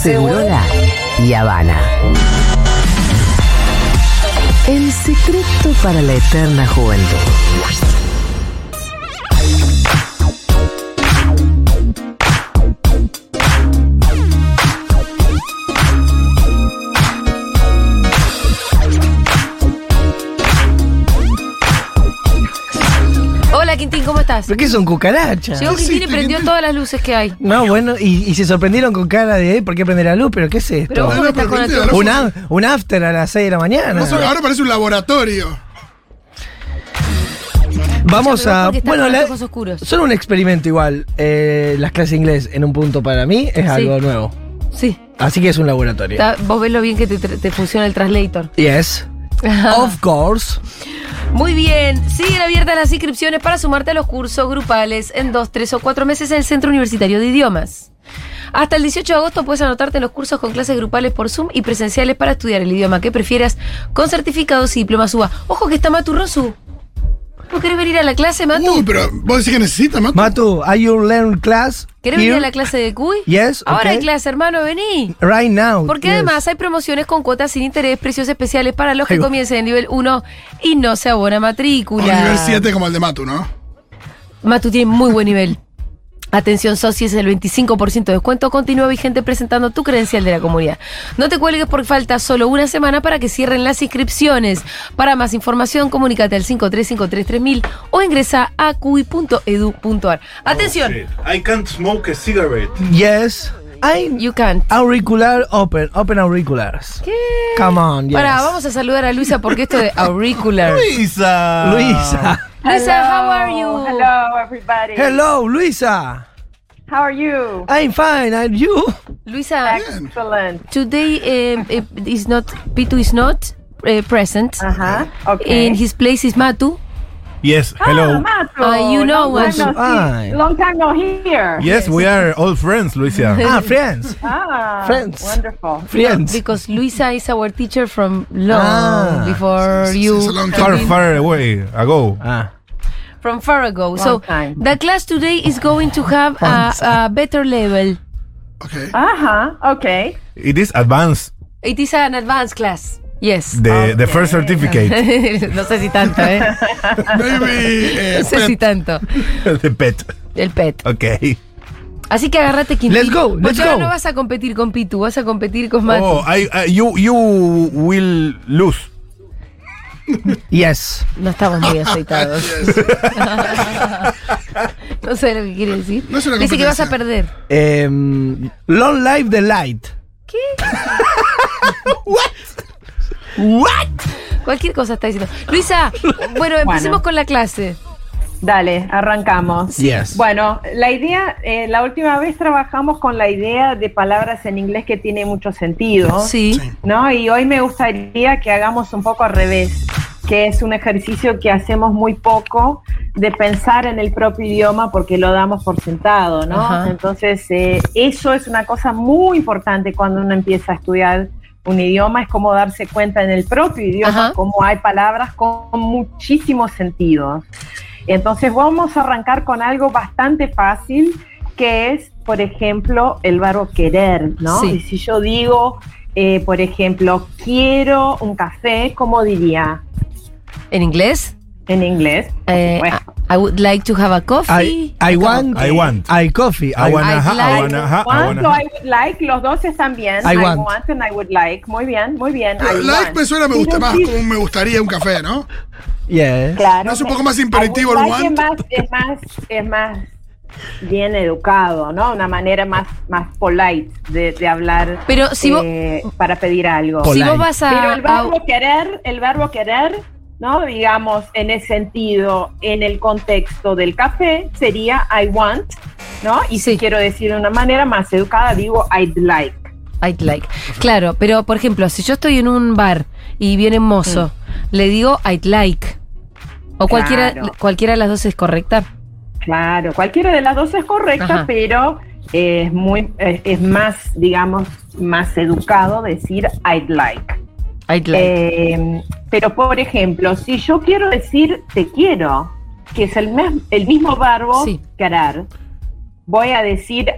Segurola y Habana. El secreto para la eterna juventud. Hola Quintín, ¿cómo estás? ¿Pero qué son cucarachas? Llegó Quintín y existe, prendió Quintín. todas las luces que hay. No, bueno, y, y se sorprendieron con cara de, "Eh, ¿por qué prender la luz? Ah, ¿Pero qué es esto? Pero vos no, porque estás pero con el Quintín, tubo. no, un, a- un after a las 6 de la mañana. No solo- ahora parece un laboratorio. Vamos Pero a. porque estás Bueno, con los la- ojos oscuros. son un experimento igual. Eh, las clases de inglés, en un punto para mí, es algo nuevo. Sí. Así que es un laboratorio. Está- vos ves lo bien que te, tra- te funciona el translator. Yes. Of course. Muy bien, siguen abiertas las inscripciones para sumarte a los cursos grupales en dos, tres o cuatro meses en el Centro Universitario de Idiomas. Hasta el 18 de agosto puedes anotarte en los cursos con clases grupales por Zoom y presenciales para estudiar el idioma que prefieras con certificados y diplomas UBA. Ojo que está Matu Rosu. ¿No querés venir a la clase, Matu? Uy, Uh, pero vos decís que necesitas, Matu. Matu, are you learn class? ¿Querés here? venir a la clase de CUI? Yes, Ahora hay okay. clase, hermano, vení. Right now. Porque yes. además hay promociones con cuotas sin interés, precios especiales para los que Ahí va. comiencen en nivel 1 y no se abona Un matrícula. nivel 7 como el de Matu, ¿no? Matu tiene muy buen nivel. Atención, socios, el 25% de descuento continúa vigente presentando tu credencial de la comunidad. No te cuelgues porque falta solo una semana para que cierren las inscripciones. Para más información, comunícate al 53533000 o ingresa a cui.edu.ar. Atención, Oh, Shit, I can't smoke a cigarette. Yes. I'm you can't. auricular open. Open auriculars. ¿Qué? Come on, yes. Pará, vamos a saludar a Luisa porque esto de auricular. Luisa. Luisa. Luisa, how are you? Oh, Hello, everybody. Hello, Luisa. How are you? I'm fine, and you? Luisa, Excellent. today um, eh, is not Pitu is not eh, present. Uh huh. Okay. In his place is Matu. Yes, Ah, hello. Mato, Ah, you know long time us. no see. Ah. Long time no hear. Yes, we are all friends, Luisa. Ah, friends. Ah, Friends. Wonderful. Friends. Because Luisa is our teacher from long Ah. before you it's a long Far, far away ago. Ah. from far ago. so time. the class today is going to have a, a better level. Ok. Uh huh. Okay. It is advanced, It is an advanced class. Yes. the, the first certificate, no sé si tanto, ¿eh? Maybe. eh, No sé si tanto. the pet. El pet. Okay. Así que agárrate, Quintín. Let's go, Porque let's ahora go. no vas a competir con Pitu, vas a competir con Matu. Oh, I, I- you, you will lose. Yes. No estamos muy aceitados. no sé lo que quiere decir. No es una Dice que vas a competencia. perder. Em, long live the light. ¿Qué? What? What? Cualquier cosa está diciendo. Luisa, bueno, empecemos Bueno. con la clase. Dale, arrancamos. Yes. Bueno, la idea, eh, la última vez trabajamos con la idea de palabras en inglés que tiene mucho sentido. Sí. ¿no? Y hoy me gustaría que hagamos un poco al revés, que es un ejercicio que hacemos muy poco de pensar en el propio idioma porque lo damos por sentado, ¿no? Ajá. Entonces, eh, eso es una cosa muy importante cuando uno empieza a estudiar un idioma, es como darse cuenta en el Ajá. propio idioma cómo hay palabras con muchísimos sentidos. Entonces, vamos a arrancar con algo bastante fácil, que es, por ejemplo, el verbo querer, ¿no? Sí. Y si yo digo, eh, por ejemplo, quiero un café, ¿cómo diría En inglés. en inglés? Por eh, supuesto. I would like to have a I, coffee. I want. I want. I coffee. I wanna, I'd ha- I like wanna, ah, ha- I Want wanna. o ha- I would like, los dos están bien. I want. and I would like. Muy bien, muy bien. I Like want. me suena, me gusta más Sí, como un me gustaría un café, ¿no? Yes. Claro. ¿No es un poco más I would imperativo el like want? Es más, es más, es más bien educado, ¿no? Una manera más, más polite de, de hablar Pero si vos- eh, para pedir algo. Pol- si vos online. vas Pero a, el verbo a- querer, el verbo querer, ¿no? Digamos, en el sentido, en el contexto del café, sería I want, ¿no? Y Sí. si quiero decir de una manera más educada, digo I'd like. I'd like. Claro, pero por ejemplo, si yo estoy en un bar y viene un mozo, le digo I'd like. O cualquiera, Mm. Claro. cualquiera de las dos es correcta. Claro, cualquiera de las dos es correcta, Ajá. pero eh, es muy, eh, es más, digamos, más educado decir I'd like. I'd like. Eh, pero por ejemplo, si yo quiero decir te quiero, que es el, mes- el mismo verbo Sí. querer, voy a decir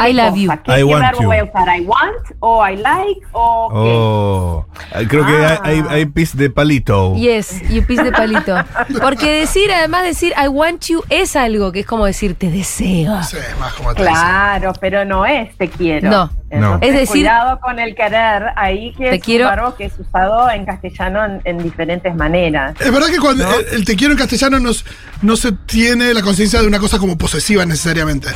I love you. ¿Qué, I qué want verbo you. voy a usar? ¿I want? ¿O I like? ¿O qué? Oh, eh, creo que Ah. hay, hay, hay pis de palito. Yes, you piece de palito. Porque decir, además decir I want you es algo que es como decir te deseo. Sí, es más como te Claro, pero no es te quiero. No. No. Es decir- cuidado con el querer ahí que Te es quiero- un verbo que es usado en castellano en, en diferentes maneras. Es verdad que cuando el, el te quiero en castellano nos- no se tiene la conciencia de una cosa como posesiva necesariamente.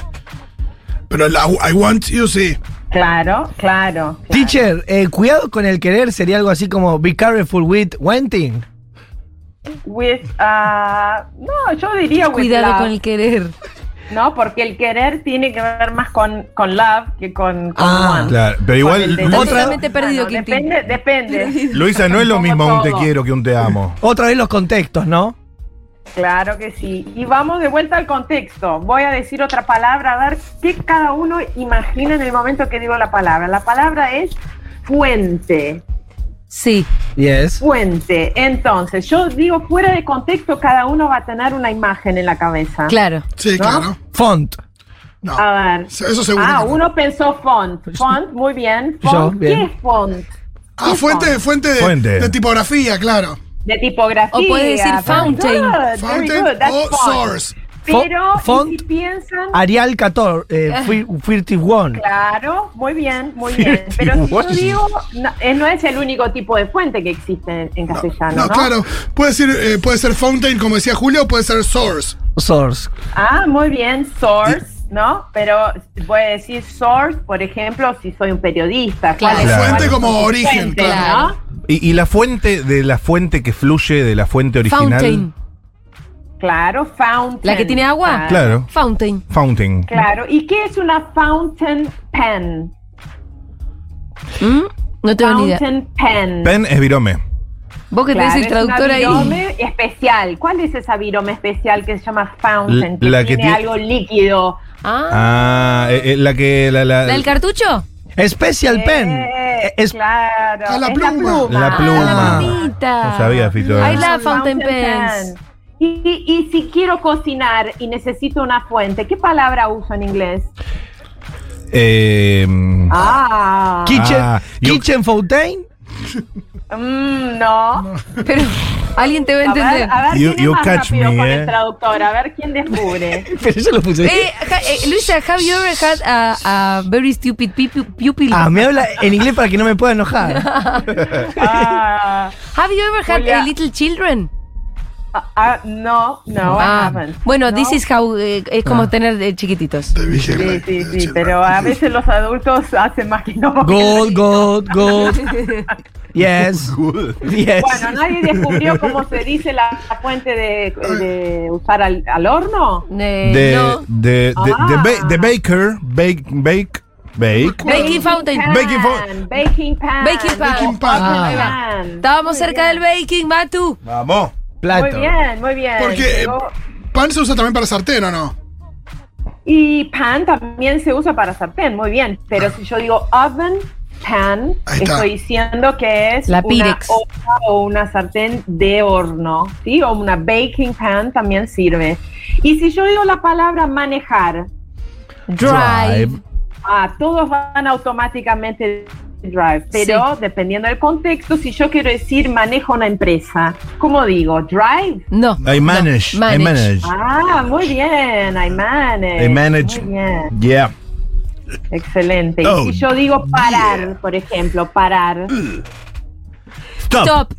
Pero el I, I want you sí. Claro, claro. claro. Teacher, eh, cuidado con el querer sería algo así como be careful with wanting. With, ah, no, yo diría with Cuidado love, con el querer. No, porque el querer tiene que ver más con, con love que con, con Ah, want. Claro, pero Con el igual, deseo. otra, Totalmente perdido, Quintín. Depende, depende. Luisa, no es lo Como mismo un te todo. quiero que un te amo. Otra vez los contextos, ¿no? Claro que sí. Y vamos de vuelta al contexto. Voy a decir otra palabra, a ver qué cada uno imagina en el momento que digo la palabra. La palabra es fuente. Sí. Yes. Fuente. Entonces, yo digo fuera de contexto, cada uno va a tener una imagen en la cabeza. Claro. Sí, claro. Font. No. A ver. Eso seguro. Ah, que no. uno pensó font. Font, muy bien. Yo, Font, bien. ¿qué es font? Ah, fuente, fuente, de, Fuente. de tipografía, claro. De tipografía. O puede decir fountain. Good, very Fountain good, that's o font. source. Pero, ¿y Font. si piensan? Arial 14, eh, fui- 51. Claro, muy bien, muy bien. Pero si yo digo, no, eh, no es el único tipo de fuente que existe en, en castellano, ¿no? No, claro. Puede ser, eh, puede ser fountain, como decía Julio, o puede ser source. Source. Ah, muy bien, source, ¿no? Pero voy a decir source, por ejemplo, si soy un periodista. ¿cuál es- Claro. cuál Fuente es como mi origen, fuente, claro. ¿no? Y, y la fuente de la fuente que fluye de la fuente original. Fountain. Claro, fountain. Ah, La que tiene agua. Claro. Fountain. Fountain. Claro, ¿y qué es una fountain pen? ¿Mm? No tengo ni idea. Fountain pen. Pen es virome. Vos que Claro, tenés el es una traductor ahí. virome especial. ¿Cuál es esa virome especial que se llama fountain? Que La que tiene tiene- algo líquido. Ah. Ah, eh, eh, la que. La, la- ¿La del cartucho? Special pen. Eh, Es- claro. Ah, la es pluma. La pluma. Ah, la plumita. No sabía, Fito. I La love fountain pens. pen. Y, y- y si quiero cocinar y necesito una fuente, ¿qué palabra uso en inglés? eh, Ah, Kitchen, Ah, yo- kitchen fountain. mm, no. Pero alguien te va a A ver, entender. a ver You- quién es you más catch rápido me, con eh. el traductor, a ver quién descubre. Pero yo lo puse. Eh, ja- eh, Luisa, have you ever had a, a very stupid pupi- pupil? Ah, me habla en inglés para que no me pueda enojar. Ah, Have you ever had Julia. a little children? ah, ah, no, no, I Ah, haven't. bueno, No. this is how eh, es como tener eh, chiquititos. Te dije, Sí, eh, sí, sí, children. pero a veces los adultos hacen más que no. Gold, gold, gold. Yes. Yes. Bueno, nadie descubrió cómo se dice la, la fuente de, de usar al, al horno. Eh, de, no. de, de, de ba- Ah. de baker. Bake. Bake. Bake. Baking fountain. Pan, Baking fo- Baking pan. Baking pan. Baking pan. Ahí va. Pan. Estábamos Muy cerca bien. del baking, Matu. Vamos. Plato. Muy bien, muy bien. Porque eh, Llegó- pan se usa también para sartén, ¿o no? Y pan también se usa para sartén, muy bien. Pero si yo digo oven, pan, Ahí está. estoy diciendo que es La una Pyrex. olla o una sartén de horno, ¿sí? O una baking pan también sirve. Y si yo digo la palabra manejar, Drive. ah, todos van automáticamente drive. Pero dependiendo del contexto, si yo quiero decir manejo una empresa, ¿cómo digo? Drive. No. I manage. No, I manage. Ah, muy bien, I manage. I manage. Muy bien. Yeah. Excelente. Oh, y si yo digo parar, por ejemplo, parar. Stop. Stop.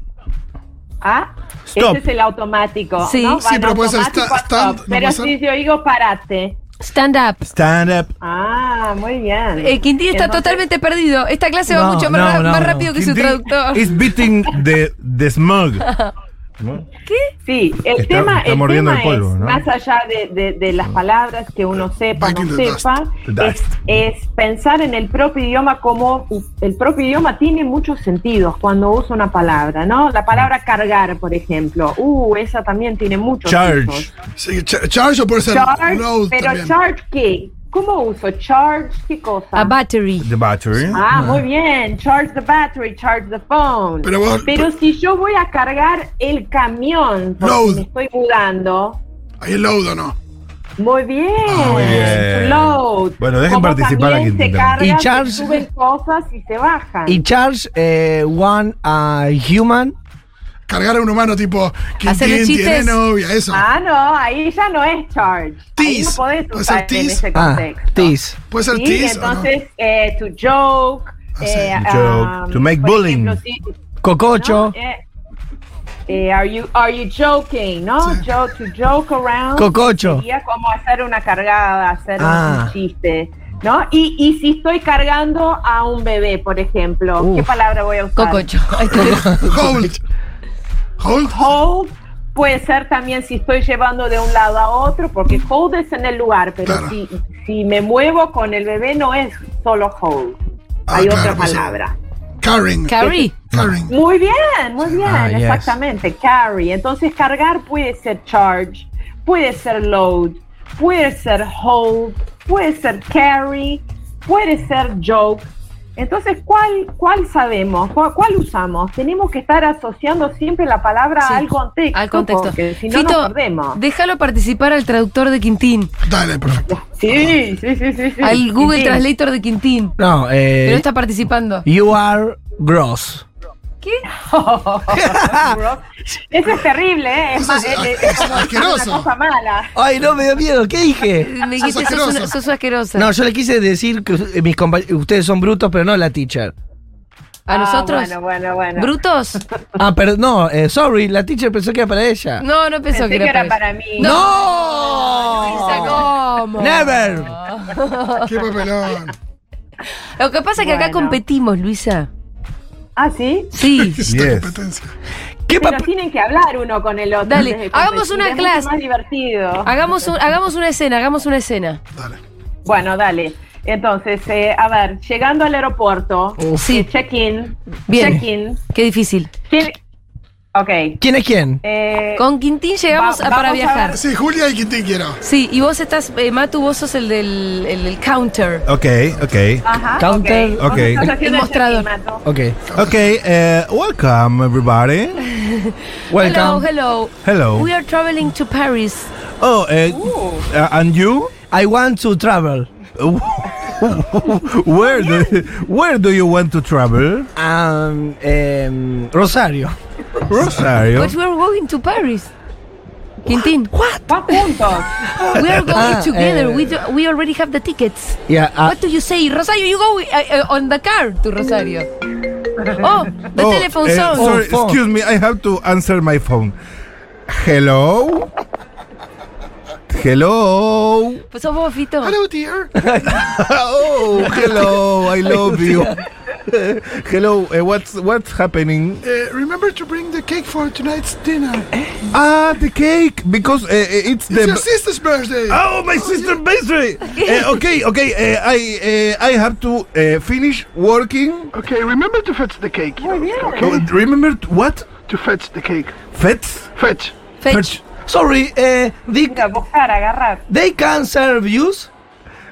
¿Ah? Stop. Ese es el automático. Sí. ¿no? Sí, pues, Van pero puede ser automático sta- a stand, stop. ¿no pero puede ser? si yo digo parate. Stand up. Stand up. Ah, muy bien. Eh, Quintín está Entonces, totalmente perdido. Esta clase va No, mucho más, no, ra- no, más no. rápido que su Quintín traductor. Is beating the, the smog. ¿No? Sí, el Está- tema, está el mordiendo tema el polvo, es, ¿no? más allá de, de- de las palabras que uno sepa, Back no in the dust. sepa, The es, es pensar en el propio idioma como el propio idioma tiene muchos sentidos cuando usa una palabra, ¿no? La Ah. palabra cargar, por ejemplo. Uh, esa también tiene muchos usos. Charge. Sí, cha- charge o puede ser Charge, load pero también. charge qué? ¿Cómo uso charge? ¿Qué cosa? A battery. The battery. Ah, muy bien. Charge the battery, charge the phone. Pero vos- si yo voy a cargar el camión, porque Load. me estoy mudando. Ahí el load o no. Muy bien. Muy bien. Load. Bueno, dejen Como participar también a quien se tenga. cargan, Y se Charles- suben cosas y se bajan. Y charge eh, one a human. Cargar a un humano tipo Hacerle Quintín tiene chistes. novia, eso. Ah, no, ahí ya no es charge. Ahí Tease. no podés Puede Pues ser usar en tease. ese Ah, contexto. Tis. ¿Puede ser Sí, tease o no? entonces, eh, to joke. Ah, sí, eh, to joke, um, to make por bullying. ejemplo, sí, Cococho. ¿no? Eh, eh, are, you, are you joking? ¿No? Sí. Jo- to joke around. Cococho. Sería como hacer una cargada, hacer un- Ah. un chiste. ¿No? Y, y si estoy cargando a un bebé, por ejemplo, ¿qué Uf. palabra voy a usar? Cococho. Ay, cococho. Hold. Hold. Hold puede ser también si estoy llevando de un lado a otro, porque hold es en el lugar, pero Claro. si, si me muevo con el bebé no es solo hold. Ah, Hay claro, otra pues sí. palabra. Carrying. Carrie. Carrying. Muy bien, muy bien, Ah, yes. exactamente. Carry. Entonces cargar puede ser charge, puede ser load, puede ser hold, puede ser carry, puede ser joke. Entonces, ¿cuál, cuál sabemos? ¿Cuál, cuál usamos? Tenemos que estar asociando siempre la palabra Sí, Ah, al contexto. Al contexto. Porque si no, nos Fito, perdemos. déjalo participar al traductor de Quintín, Dale, perfecto. Sí, sí, sí, sí. sí. al Google Sí. Translator de Quintín. No, Pero no eh, está participando. you are gross. ¿Qué? Eso es terrible, ¿eh? Es, Eso más, es es- es como asqueroso. una cosa mala. Ay, no, me dio miedo. ¿Qué dije? Me dijiste, sos, asquerosa. una- sos una asquerosa. No, yo le quise decir que eh, mis compa- ustedes son brutos, pero no la teacher. ¿A Ah, nosotros? bueno, bueno, bueno. ¿Brutos? Ah, pero no, eh, sorry, la teacher pensó que era para ella. No, no pensó Pensé que era para mí. No, ¿cómo? Never. Qué papelón. Lo que pasa es que acá Bueno. competimos, Luisa. Ah, sí. Sí. Esta Yes. competencia. ¿Qué Pero papel? tienen que hablar uno con el otro. Dale, antes de hagamos competir, una es mucho clase. más divertido. Hagamos, un- hagamos una escena, hagamos una escena. Dale. Bueno, dale. Entonces, eh, a ver, llegando al aeropuerto, Sí, check-in, Uh. Bien. check-in. qué difícil. ¿Quién- Ok. ¿Quién es quién? eh, Con Quintín llegamos Va- a para vamos a viajar. ver. Sí, Julia y Quintín quiero. Sí, y vos estás, eh, Matu, vos sos el del el del counter. Ok, ok. ajá, Counter. ok. Ok. Vamos a hacer El el mostrador. check-in, Mato. Ok. Ok, eh, welcome everybody. Hello, Welcome. hello. Hello. We are traveling to Paris. Oh, eh, uh, and you? I want to travel. where do where do you want to travel? Um, em, Rosario. Rosario. But we are going to Paris. Quintín, Vas juntos. we are going Ah, together. eh. We, do- we already have the tickets. Yeah, uh, What do you say? Rosario, you go uh, uh, on the car to Rosario. Oh, the Oh, telephone eh, song. sorry, Oh, phone. excuse me, I have to answer my phone. Hello? Hello? Pues sos vos, Fito. Hello, dear. Oh, hello, I love you. hello, eh, what's what's happening? Eh, remember to bring the cake for tonight's dinner. Eh? Ah, the cake because uh, It's it's the your sister's birthday. Ah, Oh, my sister birthday. Eh, okay, okay. eh, I eh, I have to eh, finish working. Okay, remember to fetch the cake. you know, Oh, remember t- what? To fetch the cake. Fets? Fetch. Fetch. sorry, eh, they, Mira, buscar, agarrar. they can serve yous.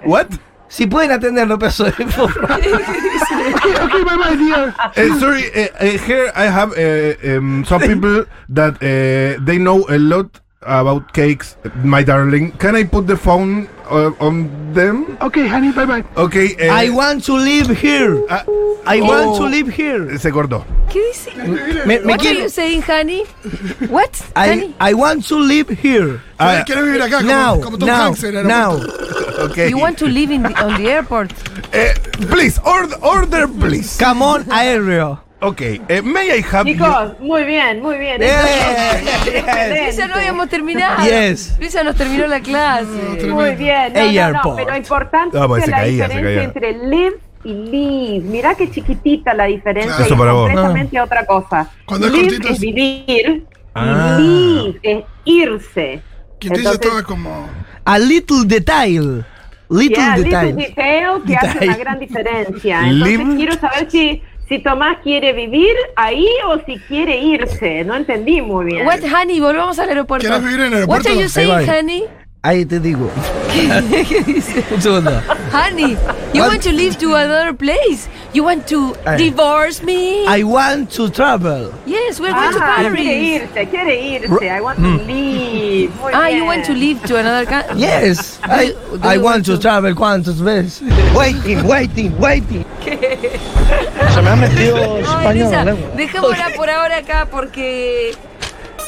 What? Si pueden atenderlo, peso de forma. Okay, okay, bye bye, dear. Eh, sorry. eh, eh, here I have eh, um, some people that eh, they know a lot about cakes. My darling, can I put the phone uh, on them? Okay, honey, bye bye. Okay. eh, I want to live here. ah, I want Oh. to live here. se cortó. ¿Qué dice? Me, me What are quiero. you saying, honey? What? I, honey? I want to live here. Ah, quiero vivir acá Now, como, como Tom now, Hanks en el now. aeropuerto. okay. You want to live in the, on the airport? Eh, please order, order, please. Come on, aéreo. Okay. eh, may I have? you- Chicos, muy bien, muy bien. Bien, Luisa, no habíamos terminado. Yes. Luisa nos terminó la clase. Muy bien, no, no, no, Airport. pero importante Ah, pues es se la caía, se diferencia caía. entre live y live. Mirá qué chiquitita la diferencia Claro. y Eso para vos. completamente otra cosa. Cuando es live cortito es es- vivir Ah. y live es irse. Quintín ya Entonces- estaba como. A little detail. Little Yeah, detail. little detail que hace Detail. una gran diferencia. Entonces Live. quiero saber si, si Tomás quiere vivir ahí o si quiere irse. No entendí muy bien. What, honey? Volvamos al aeropuerto. ¿Quieres vivir en el What aeropuerto? are you saying, va. honey? Ahí te digo. ¿Qué dice? Un segundo. Honey, you What? want to live to another place? You want to Eh. divorce me? I want to travel. yes, we're going to Ah, quiere Paris. irse, quiere irse. I want to leave. Muy Ah, you bien. want to live to another country? Yes. Do I, I you want want to to- travel cuantas veces. Waiting, waiting, waiting. No, Elisa, dejémosla por ahora acá porque...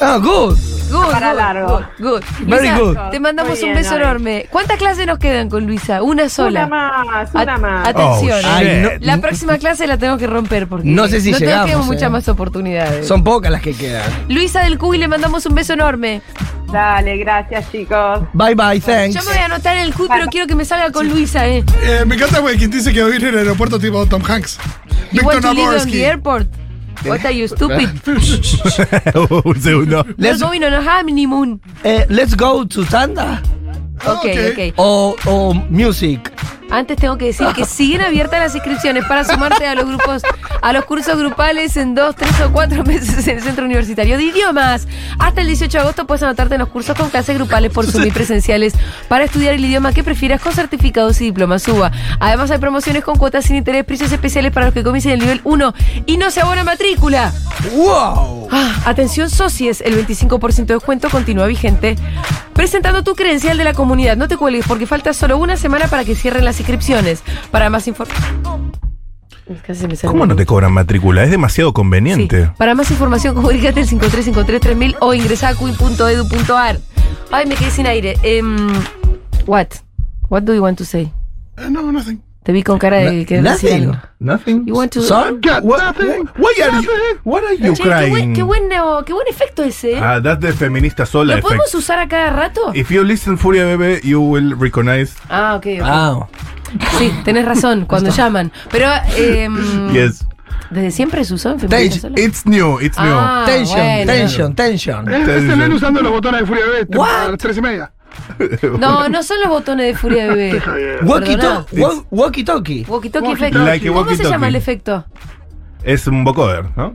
Ah, good. Good, Para good, largo. Good, good. Very Luisa, good. Te mandamos Muy un bien, beso Ari. enorme. ¿Cuántas clases nos quedan con Luisa? Una sola. Una más, At- una más. Atención. Oh, Ay, no- La próxima clase la tenemos que romper porque No sé si no llegamos, tenemos muchas eh. más oportunidades. Son pocas las que quedan. Luisa del Cuy le mandamos un beso enorme. Dale, gracias, chicos. Bye bye, thanks. Yo me voy a anotar en el Cuy, pero quiero que me salga con Luisa, eh. Eh, me encanta, güey, quien dice que va a vivir en el aeropuerto tipo Tom Hanks. You Víctor want to live on the Naborsky. airport? What are you stupid? Un segundo. We're Let's- going on a honeymoon. Eh, let's go to Tanda Ok, ok. ok. o, o music. Antes tengo que decir que siguen abiertas las inscripciones para sumarte a los grupos, a los cursos grupales en dos, tres o cuatro meses en el Centro Universitario de Idiomas. Hasta el 18 de agosto puedes anotarte en los cursos con clases grupales por Zoom y presenciales para estudiar el idioma que prefieras con certificados y diplomas suba. Además hay promociones con cuotas sin interés, precios especiales para los que comiencen el nivel 1 y no se abona matrícula. Wow. Ah, atención socies, el 25% de descuento continúa vigente. Presentando tu credencial de la comunidad, no te cuelgues porque falta solo una semana para que cierren las inscripciones. Para más información... ¿Cómo no te cobran matrícula? Es demasiado conveniente. Para más información, comunícate al 53533000 o ingresa a cui.edu.ar. Ay, me quedé sin aire. Em, what? What do you want to say? Eh, no, nothing. Te vi con cara de Na- que decir nothing. algo. Nothing. You want to... Son Got What, nothing. why are you, what are you Che, qué, crying? buen, qué bueno- qué buen efecto ese. ¿eh? Ah, that's the feminista sola ¿Lo effect. podemos usar a cada rato? If you listen Furia Bebe, you will recognize. Ah, ok, ok. Ah, Sí, tenés razón, cuando llaman. Pero eh, Yes. desde siempre se usó en femenino Tension, solo? It's new, it's Ah, tension, bueno. tension, tension. Es, es el nene usando los botones de Furia Bebé What? a las tres y media. new. No, no son los botones de furia de bebé. Walkie, Perdona. to- wa- walkie talkie. Walkie talkie Walkie efecto. talkie. ¿Cómo Like a se llama walkie-talkie. el efecto? Es un vocoder, ¿no?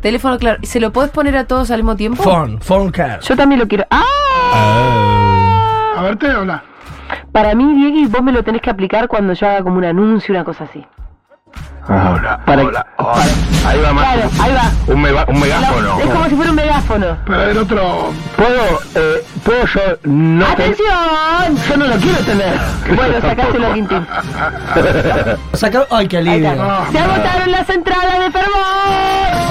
Teléfono claro. ¿Se lo podés poner a todos al mismo tiempo? Phone, phone car. Yo también lo quiero. ¡Ah! A ver, te habla. Para mí, Diego, vos me lo tenés que aplicar cuando yo haga como un anuncio, una cosa así. Hola, hola, hola. Ahí va más. Claro, ahí va. Un, mega- un megáfono. Es como si fuera un megáfono. Para ver otro. ¿Puedo, eh, ¿Puedo yo no tener- ¡Atención! Yo no lo quiero tener. Bueno, sacáselo, Quintín. Saca- Ay, qué alivio. Ah, ¡Se agotaron las entradas de Fervor!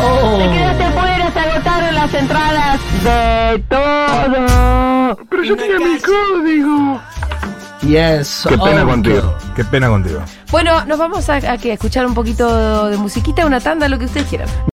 Oh. ¡Te quedaste afuera! ¡Se agotaron las entradas de todo! pero yo tenía mi código. Yes. Qué pena oh, contigo. Ah. Qué pena contigo. Bueno, nos vamos a, a que escuchar un poquito de musiquita, una tanda, lo que ustedes quieran.